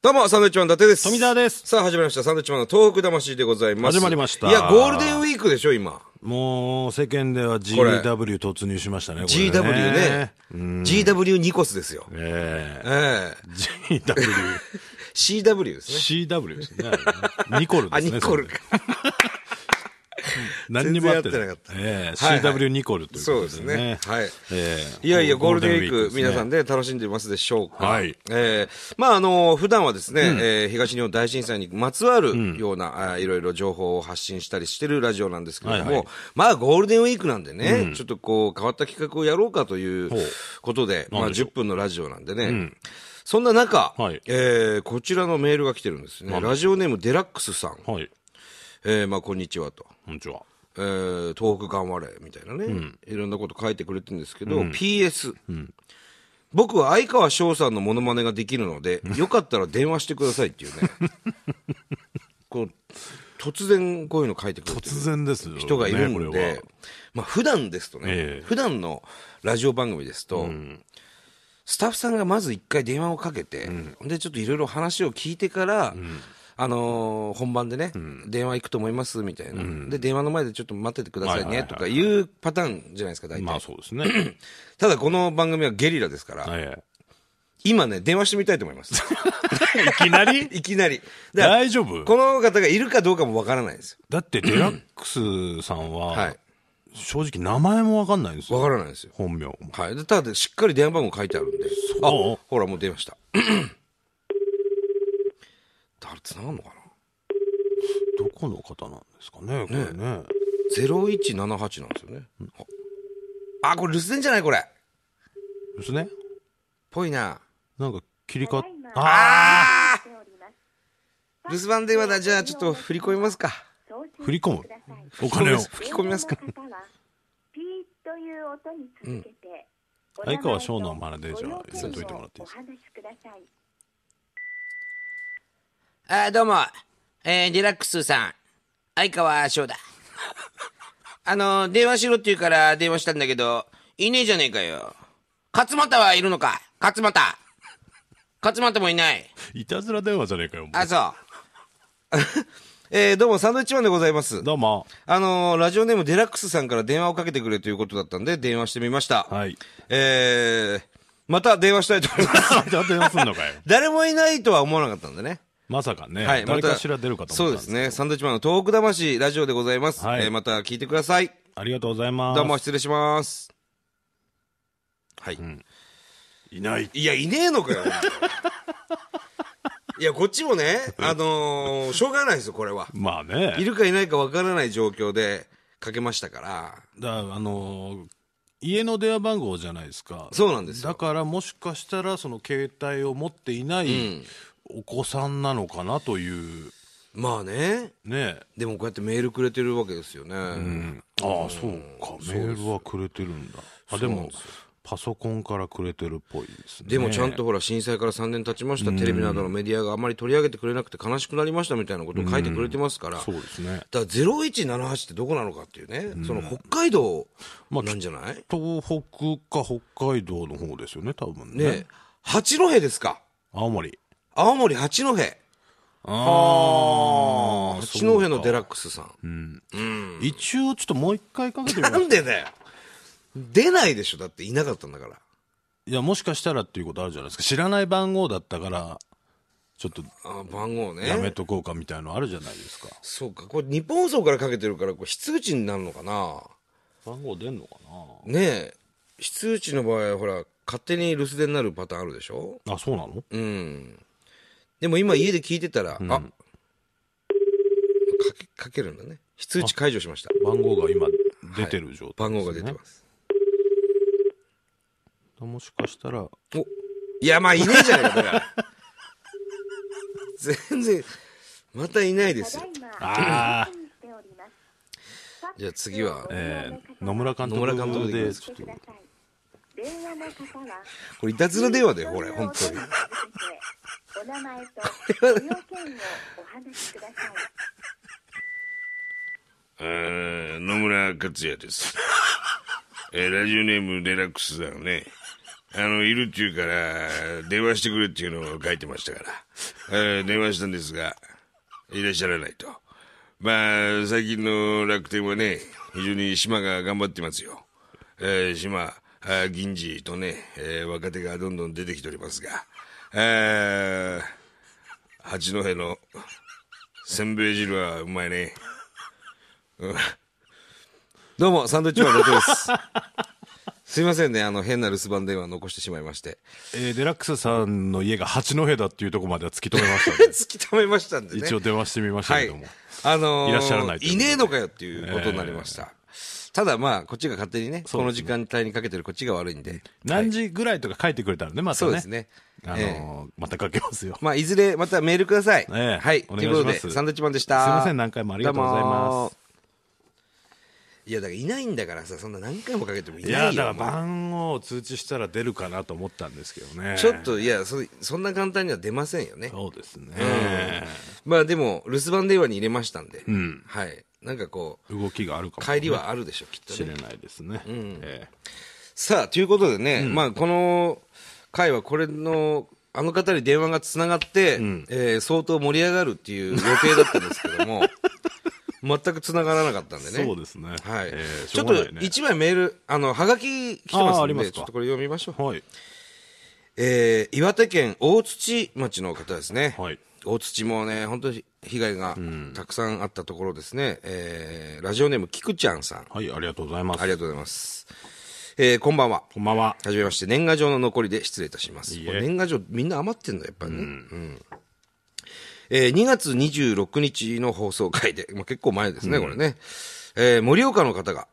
どうも、サンドウィッチマン伊達です。富澤ですさあ、始まりました。サンドウィッチマンの東北魂でございます。始まりましたいや、ゴールデンウィークでしょ、今。もう世間ではこれ GW 突入しましたね、これ GW ね。うん GW ニコスですよ。ええええ GW、 CW ですね。 CW ですね。あれねニコルであ、すね。ニコルそかれ。何にも合って全然合ってなかったええはいはい CW ニコルというこそうとでですすねね。。はい。ええいやいや、ゴールデンウィーク、ですね皆さんで楽しんでますでしょうか。はいえーまあ、あの、普段はですね、えー東日本大震災にまつわるような、あーいろいろ情報を発信したりしてるラジオなんですけれども、はいはいまあ、ゴールデンウィークなんでね、ちょっとこう、変わった企画をやろうかというほうことで、まなあ、んでしょう10分のラジオなんでね、そんな中、はいえーこちらのメールが来てるんですね。ラジオネームデラックスさん、はい。えーまあ、こんにちはと。こんにちは。えー東北頑張れみたいなね、いろんなこと書いてくれてるんですけど、PS、僕は相川翔さんのモノマネができるの で、よかったら電話してくださいっていうね、こう突然こういうの書いてくれてる突然ですよね。人がいるこれんはで、まあ普段ですとね、ええ普段のラジオ番組ですと、スタッフさんがまず一回電話をかけて、でちょっといろいろ話を聞いてから、あのー本番でね、電話行くと思いますみたいな、で電話の前でちょっと待っててくださいはいはいねはいとかいうパターンじゃないですか、大体、まあそうですね。ただこの番組はゲリラですから、え今ね、電話してみたいと思います、え いきなり いきなり。だから大丈夫この方がいるかどうかもわからないんですだってデラックスさんよ、は、、はい正直名前もわかんないんですわよ。からないんですよ。本名も。はい、でただしっかり電話番号書いてあるんで、あそうほら、もう出ました。 誰つながるのかなどこの方なんですかね、これね。 ?0178 なんですよね。あ、これ留守電じゃないこれ。ですね。ぽいな。なんか切り替わっ今ああしておりますー留守番電話だ。じゃあちょっと振り込みますか。送信振り込むくださいお金を吹き込みますか電話の方はピーという音に続けて、お名前相と川翔のマネージャーご要入れといてもらっていい件をおで話すしくださいあーどうも、えー、デラックスさん、相川翔 だ。あの、電話しろって言うから電話したんだけど、いねえじゃねえかよ。勝俣はいるのか勝俣。勝俣もいない。いたずら電話じゃねえかよ。もうあ、そ えー、どうも、サンドウィッチマンでございます。どうも。あのーラジオネームデラックスさんから電話をかけてくれということだったんで、電話してみました。はい。えー、また電話したいと思いま す。あ、電話すんの かよ。誰もいないとは思わなかったんでね。まさかね、はい、誰またかしら出るかとそ思うったんでですすね。サンドウィッチマンの東北魂ラジオでございます。はいえーまた聞いてください。ありがとうございます。どうも失礼します。はい。いない。いや、いねえの かよ。いや、こっちもね、あのーしょうがないですよ、これは。まあね。いるかいないかわからない状況でかけましたから。だあのー家の電話番号じゃないですか。そうなんですよだからもしかしたら、その携帯を持っていないお子さんなのかなという、まあね。ね。でもこうやってメールくれてるわけですよね。ああ、そうか。メールはくれてるんだ。あ、でも、パソコンからくれてるっぽいですね。でもちゃんとほら震災から3年経ちました、テレビなどのメディアがあまり取り上げてくれなくて悲しくなりましたみたいなことを書いてくれてますから、そうですね。だから0178ってどこなのかっていうね、その北海道なんじゃない、東北か北海道の方ですよね、多分ね。ねえ八戸ですか。青森。青森八戸。あ八戸のデラックスさん。一応ちょっともう一回かけてみまな すんでだよ。出ないでしょ。だっていなかったんだから。いやもしかしたらっていうことあるじゃないですか知らない番号だったからちょっとあ番号ね。やめとこうかみたいのあるじゃないですかそうか。これ日本放送からかけてるから、これ非通知になるのかな。番号出んのかねえ。非通知の場合は、ほら、勝手に留守電になるパターンあるでしょなあそうなのうん。でも今家で聞いてたら、あかけ、かけるんだね。非通知解除しました。番号が今出てる状態番ですね、号が出てます。もしかしたらおいやまあいねえじゃないかだから全然またいないでたすだよいまあー送信しておりますじゃあ次はえー、野村監野村監督督でいきまですちしてょっくとださい電話の方はこれいたずら電話だよこれ本当 に お名前とご要件をお話しくださいえー野村克也です。えーラジオネームデラックスさんね。あの、いるっていうから、電話してくれっていうのを書いてましたから。えー電話したんですが、いらっしゃらないと。まあ、最近の楽天はね、非常に島が頑張ってますよ。えー島、あー銀次とね、えー若手がどんどん出てきておりますが、えー八戸のせんべい汁はうまいね。どうも、サンドイッチマンの後です。すいませんね、あの、変な留守番電話残してしまいまして。えーデラックスさんの家が八戸だっていうところまでは突き止め ましたんで 突き止めましたんでね。一応電話してみましたはけいども、。あのーいらっしゃらないということでねえのかよっていうことになりました。ただまあ、こっちが勝手にね、そうこですねの時間帯にかけてるこっちが悪いんで。何時ぐらいとか書いてくれたらねまたねそうですね。あのーええまた書けますよまあ、いずれまたメールください。ええはい。おとい願いうことしで、ますサンドイッチマンでした。すいません何回もありがとうございますどうもいや、だからいないんだからさ、そんな何回もかけてもいいなやいだかよ。らお前番号を通知したら出るかなと思ったんですけどねちょっと、いやそ、そんな簡単には出ませんよね。そうですね、まあでも、留守番電話に入れましたんで、んはい。なんかこう、動きがあるかも、帰りはあるでしょ、きっと知ねれ。ないですね、えさあ、ということでね、まあこの回はこれの、あの方に電話がつながって、えー相当盛り上がるっていう予定だったんですけど も、全くつながらなかったんでえね。そうですねはい、ええちしょっょうとがないね1枚メール、あの、はがき来てまあーすありんまで、すかちょっとこれ読みましょう。はいえー岩手県大槌町の方ですね。はい大槌もね、本当に被害がたくさんあったところですね。えーラジオネームきくちゃんさん。あはいありがとうございますりがとうございます。えーこんばんは。こんばんははじめまして、年賀状の残りで失礼いたします。いえこれ年賀状みんな余ってんだ、やっぱりね。うんえー2月26日の放送回で、まあ、結構前ですね、これね。えー盛岡の方が、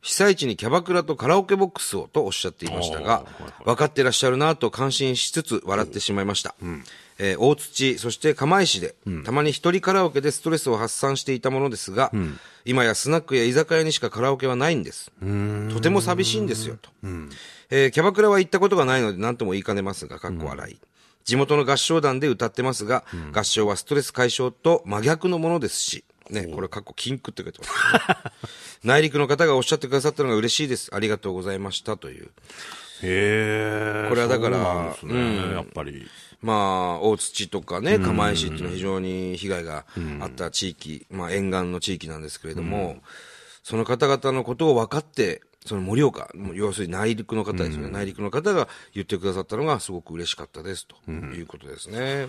被災地にキャバクラとカラオケボックスをとおっしゃっていましたが、分かってらっしゃるなと感心しつつ笑ってしまいました。えー大土、そして釜石で、たまに一人カラオケでストレスを発散していたものですが、今やスナックや居酒屋にしかカラオケはないんです。とても寂しいんですよ、と。えーキャバクラは行ったことがないので何とも言いかねますが、かっこ笑い。地元の合唱団で歌ってますが、合唱はストレス解消と真逆のものですし、ね、これかっこ禁句って書いてます、 内陸の方がおっしゃってくださったのが嬉しいです。ありがとうございましたという。へえこれはだからそうなんですね、やっぱりまあ、大槌とかね、釜石っていうのは非常に被害があった地域、まあ沿岸の地域なんですけれども、その方々のことを分かって、その盛岡、要するに内陸の方ですよね、内陸の方が言ってくださったのがすごく嬉しかったですということですね。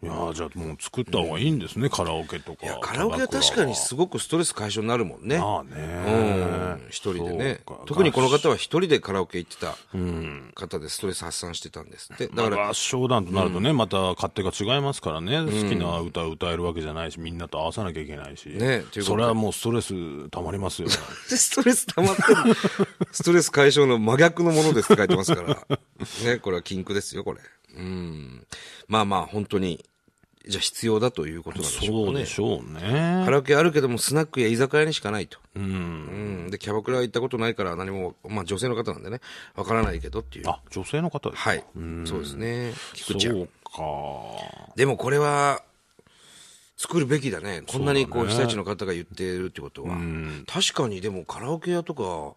いやーじゃあもう作った方がいいんですね、カラオケとかいや、カラオケは確かにすごくストレス解消になるもんね。まあうんね、一人でねそうか。特にこの方は一人でカラオケ行ってた方でストレス発散してたんですって。だから、合唱団となるとね、また勝手が違いますからね、好きな歌を歌えるわけじゃないしみんなと合わさなきゃいけないし、ねということでそれはもうストレスたまりますよストレス溜まってる。 ストレス解消の真逆のものですって書いてますから。ね、これは禁句ですよ、これ。うん。まあまあ、本当に、じゃあ必要だということなんでしょうそうかでね。しょうカねラオケあるけども、スナックや居酒屋にしかないと。うん。で、キャバクラは行ったことないから、何も、まあ女性の方なんでね、わからないけどっていう。あ女性の方ですかはい。そうですね。菊ちゃんそうかでもこれは、作るべきだね。こんなにこう被災地の方が言ってるってことは。確かにでもカラオケ屋とか、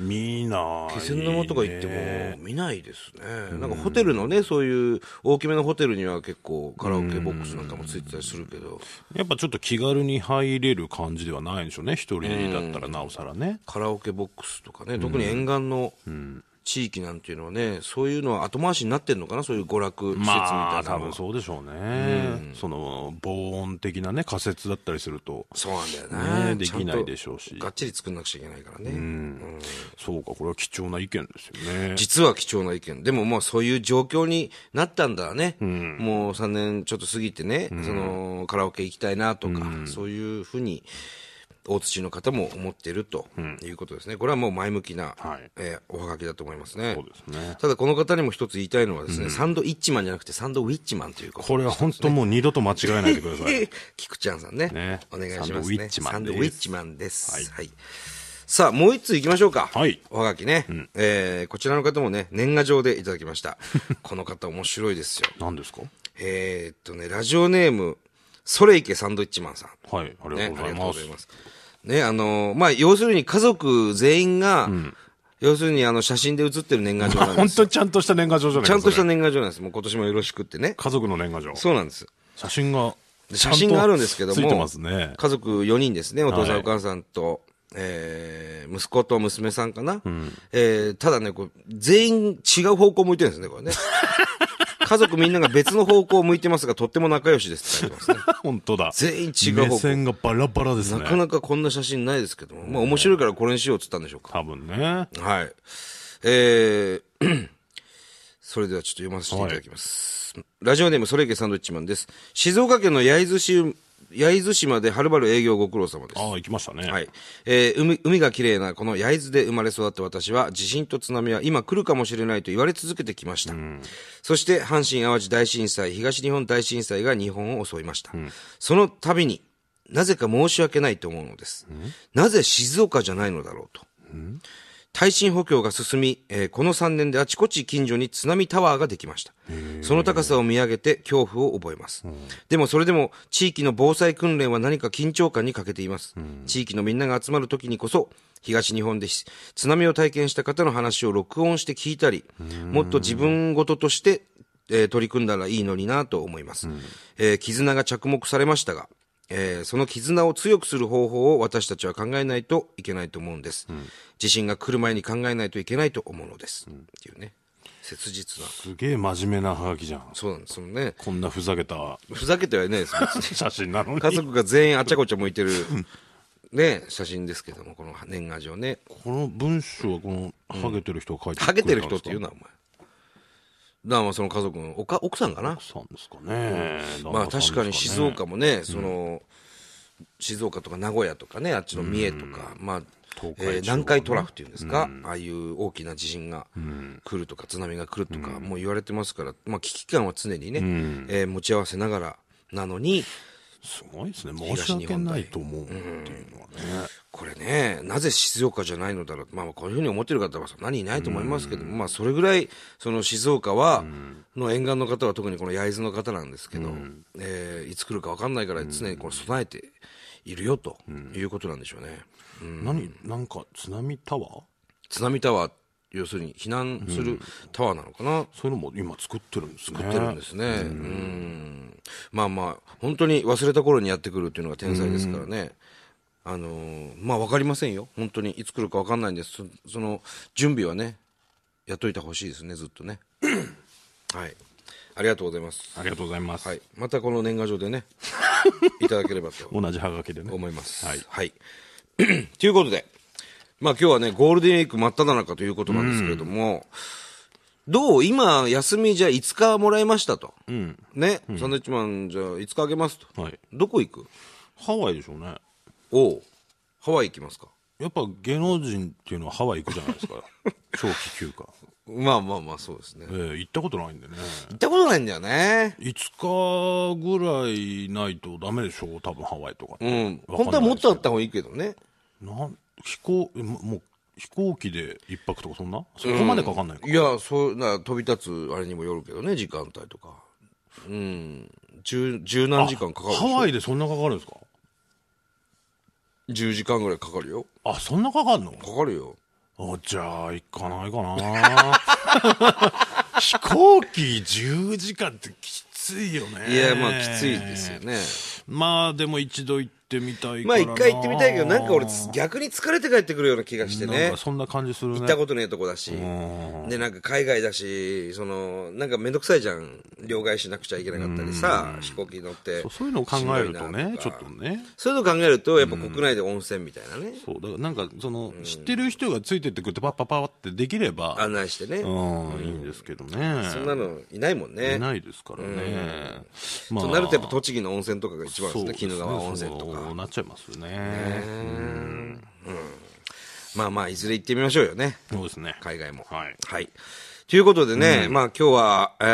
見ない、ね、気仙沼とか行っても見ないですね。なんかホテルのね、そういう大きめのホテルには結構カラオケボックスなんかもついてたりするけど、やっぱちょっと気軽に入れる感じではないんでしょうね一人だったらなおさらねカラオケボックスとかね、特に沿岸の地域なんていうのはね、そういうのは後回しになってんのかな、そういう娯楽施設みたいまなあのは多分そうでしょうね、その防音的なね仮説だったりするとそうなんだよね。ねできないでしょうしちゃんとがっちり作んなくちゃいけないからね。うんそうかこれは貴重な意見ですよね実は貴重な意見。でももうそういう状況になったんだね。もう3年ちょっと過ぎてね、そのカラオケ行きたいなとか、そういうふうに、大槌の方も思っているということですね。これはもう前向きな、はいえーおはがきだと思いますね。そうですねただこの方にも一つ言いたいのはですね、サンドイッチマンじゃなくてサンドウィッチマンということ。これは本当もう二度と間違 えないでください 菊ちゃんさんね。ねお願いしますね。サンドウィッチマンですサンドウィッチマンです。はい。さあ、もう一通行きましょうか。はいおはがきね。えーこちらの方もね、年賀状でいただきました。 この方面白いですよ。何ですかえーっとね、ラジオネーム、ソレイケサンドウィッチマンさん。はいありがとうございます,、ね、あのーまあ、要するに家族全員が、要するに、あの、写真で写ってる年賀状なんで 本すよ。当にちゃんとした年賀状じゃないちゃんとしたそれ年賀状なんです。もう今年もよろしくってね。家族の年賀状そうなんです。写真が写真があるんですけども、ちゃんとついてますね家族4人ですね、お父さん、はいお母さんと、えー息子と娘さんかな。えーただねこう、全員違う方向向いてるんですね、 これね。家族みんなが別の方向を向いてますが、とっても仲良しですって書いてますね。本当だ全員違う目方向。線がバラバラですなねかなかこんな写真ないですけども、まあ面白いからこれにしようって言ったんでしょうか。多分ねはい。えー、 それではちょっと読ませていただきます。ラジオネーム、それいけサンドイッチマンです。静岡県の焼津市、焼津市まではるばる営業ご苦労様です。ああ行きましたねはい。えー海、海が綺麗なこの焼津で生まれ育った私は、地震と津波は今来るかもしれないと言われ続けてきました。そして、阪神淡路大震災、東日本大震災が日本を襲いました。その度に、なぜか申し訳ないと思うのです。なぜ静岡じゃないのだろうと。耐震補強が進み、えーこの3年であちこち近所に津波タワーができました。その高さを見上げて恐怖を覚えます。でもそれでも地域の防災訓練は何か緊張感に欠けています。地域のみんなが集まる時にこそ、東日本でし津波を体験した方の話を録音して聞いたり、もっと自分事として、えー取り組んだらいいのになと思います。えー絆が着目されましたが、えーその絆を強くする方法を私たちは考えないといけないと思うんです。地震が来る前に考えないといけないと思うのです。っていうね、切実な。すげえ真面目なハガキじゃんそうなんですよね。こんなふざけたふざけてはいないです。別に写真な のに家族が全員あちゃこちゃ向いてる、ね、写真ですけども、この年賀状ね。この文章はこのハゲてる人が書いてハゲてる人っていうのな、お前。だからまあその家族のおか奥さんかな。さんですかねまあ確かに静岡岡もね、その、静岡とか名古屋とかね、あっちの三重とか、まあ、東海地方えー南海トラフっていうんですか、ああいう大きな地震が来るとか、津波が来るとか、もう言われてますから、まあ、危機感は常にね、えー持ち合わせながらなのに、すごいですね。申し訳ないと思うっていうのはね。これね、なぜ静岡じゃないのだろう、まあ、こういうふうに思ってる方はそんなにいないと思いますけども、まあ、それぐらい、その静岡は、の沿岸の方は特にこの焼津の方なんですけど、えーいつ来るか分かんないから、常にこれ備えているよということなんでしょうね。何なんか津波タワー津波タワー、要するに避難するタワーなのかな。そういうのも今作ってるんですね。作ってるんですね。うん。まあまあ、本当に忘れた頃にやってくるっていうのが天才ですからね。あのーまあわかりませんよ。本当に。いつ来るかわかんないんです。そその、準備はね、やっといてほしいですね、ずっとね。はい。ありがとうございます。ありがとうございます。はい。またこの年賀状でね、いただければと同じハガキでね。思い ます。はい。ということで、まあ今日はね、ゴールデンウィーク真っ只中ということなんですけれども、どう今、休みじゃあ5日もらいましたと。ね、サンドイッチマンじゃあ5日あげますと。はいどこ行くハワイでしょうね。おうハワイ行きますか。やっぱ芸能人っていうのはハワイ行くじゃない ですか。長期休暇。まあまあまあ、そうですね。ええ行ったことないんでね。行ったことないんだよね。 5日ぐらいないとダメでしょう。多分ハワイとかって。うん。わかん本当なはいもでっすけとあどった方がいいけどね。なん飛行、えももう飛行機で一泊とかそんなそこまでかかんないか。いや、そう、な飛び立つあれにもよるけどね、時間帯とか。うん。十、十何時間かかるでしハょ。ワイでそんなかかるんですか10時間ぐらいかかるよ。あ、そんなかかるのかかるよ。あじゃあ、行かない かな。飛行機10時間ってきついよね。いや、まあ、きついですよ。ね。まあ、でも一度行ってみたいかまあ、らな。一回行ってみたいけど、なんか俺っ、逆に疲れて帰ってくるような気がしてなんねか。そんな感じするね。行ったことねえとこだし。んで、なんか海外だし、その、なんかめんどくさいじゃん。両替しなくちゃいけなかったりさ、飛行機乗って。そうそういうのを考えるとね、ちょっと。ね。そういうの考えると、やっぱ国内で温泉みたいなね。そう、だからなんか、その、知ってる人がついてってくれて、パッパッパッってできれば、案内してね。うん、いいんですけどね。そんなのいないもんね。いないですからね。まとなるとやっぱ栃木の温泉とかが一番ですね。そう鬼怒川温泉とそうか。なっちゃいますね。まあまあ、いずれ行ってみましょうよね。そうですね。海外も。はいはい。ということでね、まあ今日は、え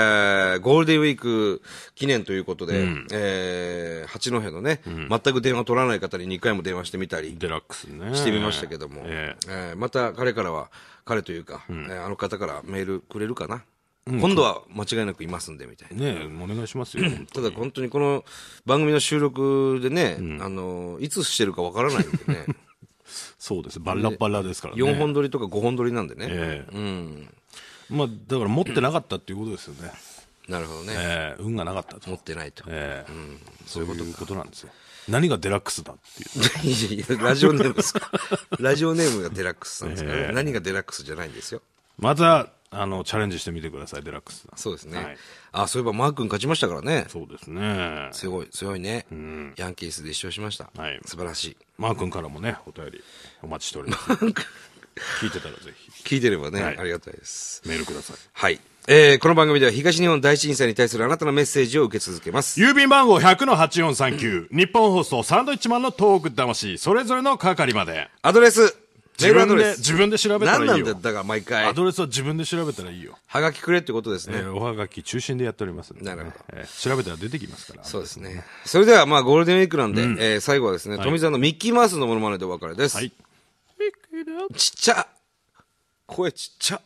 ー、ゴールデンウィーク記念ということで、えー、八戸のね、全く電話取らない方に2回も電話してみたりデラックスね。してみましたけども、えええーまた彼からは、彼というか、えーあの方からメールくれるかな。今度は間違いなくいますんで、みたいな。ねえ、お願いしますよ。ただ本当に この番組の収録でね、あの、いつしてるかわからないんでね。そうです。バラバラですからね。 4本撮りとか5本撮りなんでね。ええまあ、だから持ってなかったっていうことですよね。なるほどね。ええ運がなかったと。持ってないと。ええそういうことなんですよ。何がデラックスだってい う。いやいやラジオネームです か。ラジオネームがデラックスさんですから、ええ何がデラックスじゃないんですよ。また、あの、チャレンジしてみてください、デラックスさん。そうですね。はいあ、そういえばマー君勝ちましたからね。そうですね。すごい、強いね。ヤンキースで一勝しました。はい素晴らしい。マー君からもね、お便りお待ちしております。聞いてたらぜひ、聞いてればね、はいありがたいです。メールください。はい。えー、この番組では東日本大震災に対するあなたのメッセージを受け続けます。郵便番号100-8439、日本放送サンドイッチマンのトーク魂、それぞれの係まで。アドレス、メー自ルアド分レで、ス。自分で調べたら何ないいんだよよ、。だから毎回ア。ドレスは自分で調べたらいいよ。はがきくれってことですね。えーおはがき中心でやっておりますんでねなるほどえー調べたら出てきますから。そうですね。それでは、まあ、ゴールデンウィークなんで、えー最後はですね、富澤のミッキーマウスのモノマネでお別れです。はい。ちっちゃ声ちっちゃ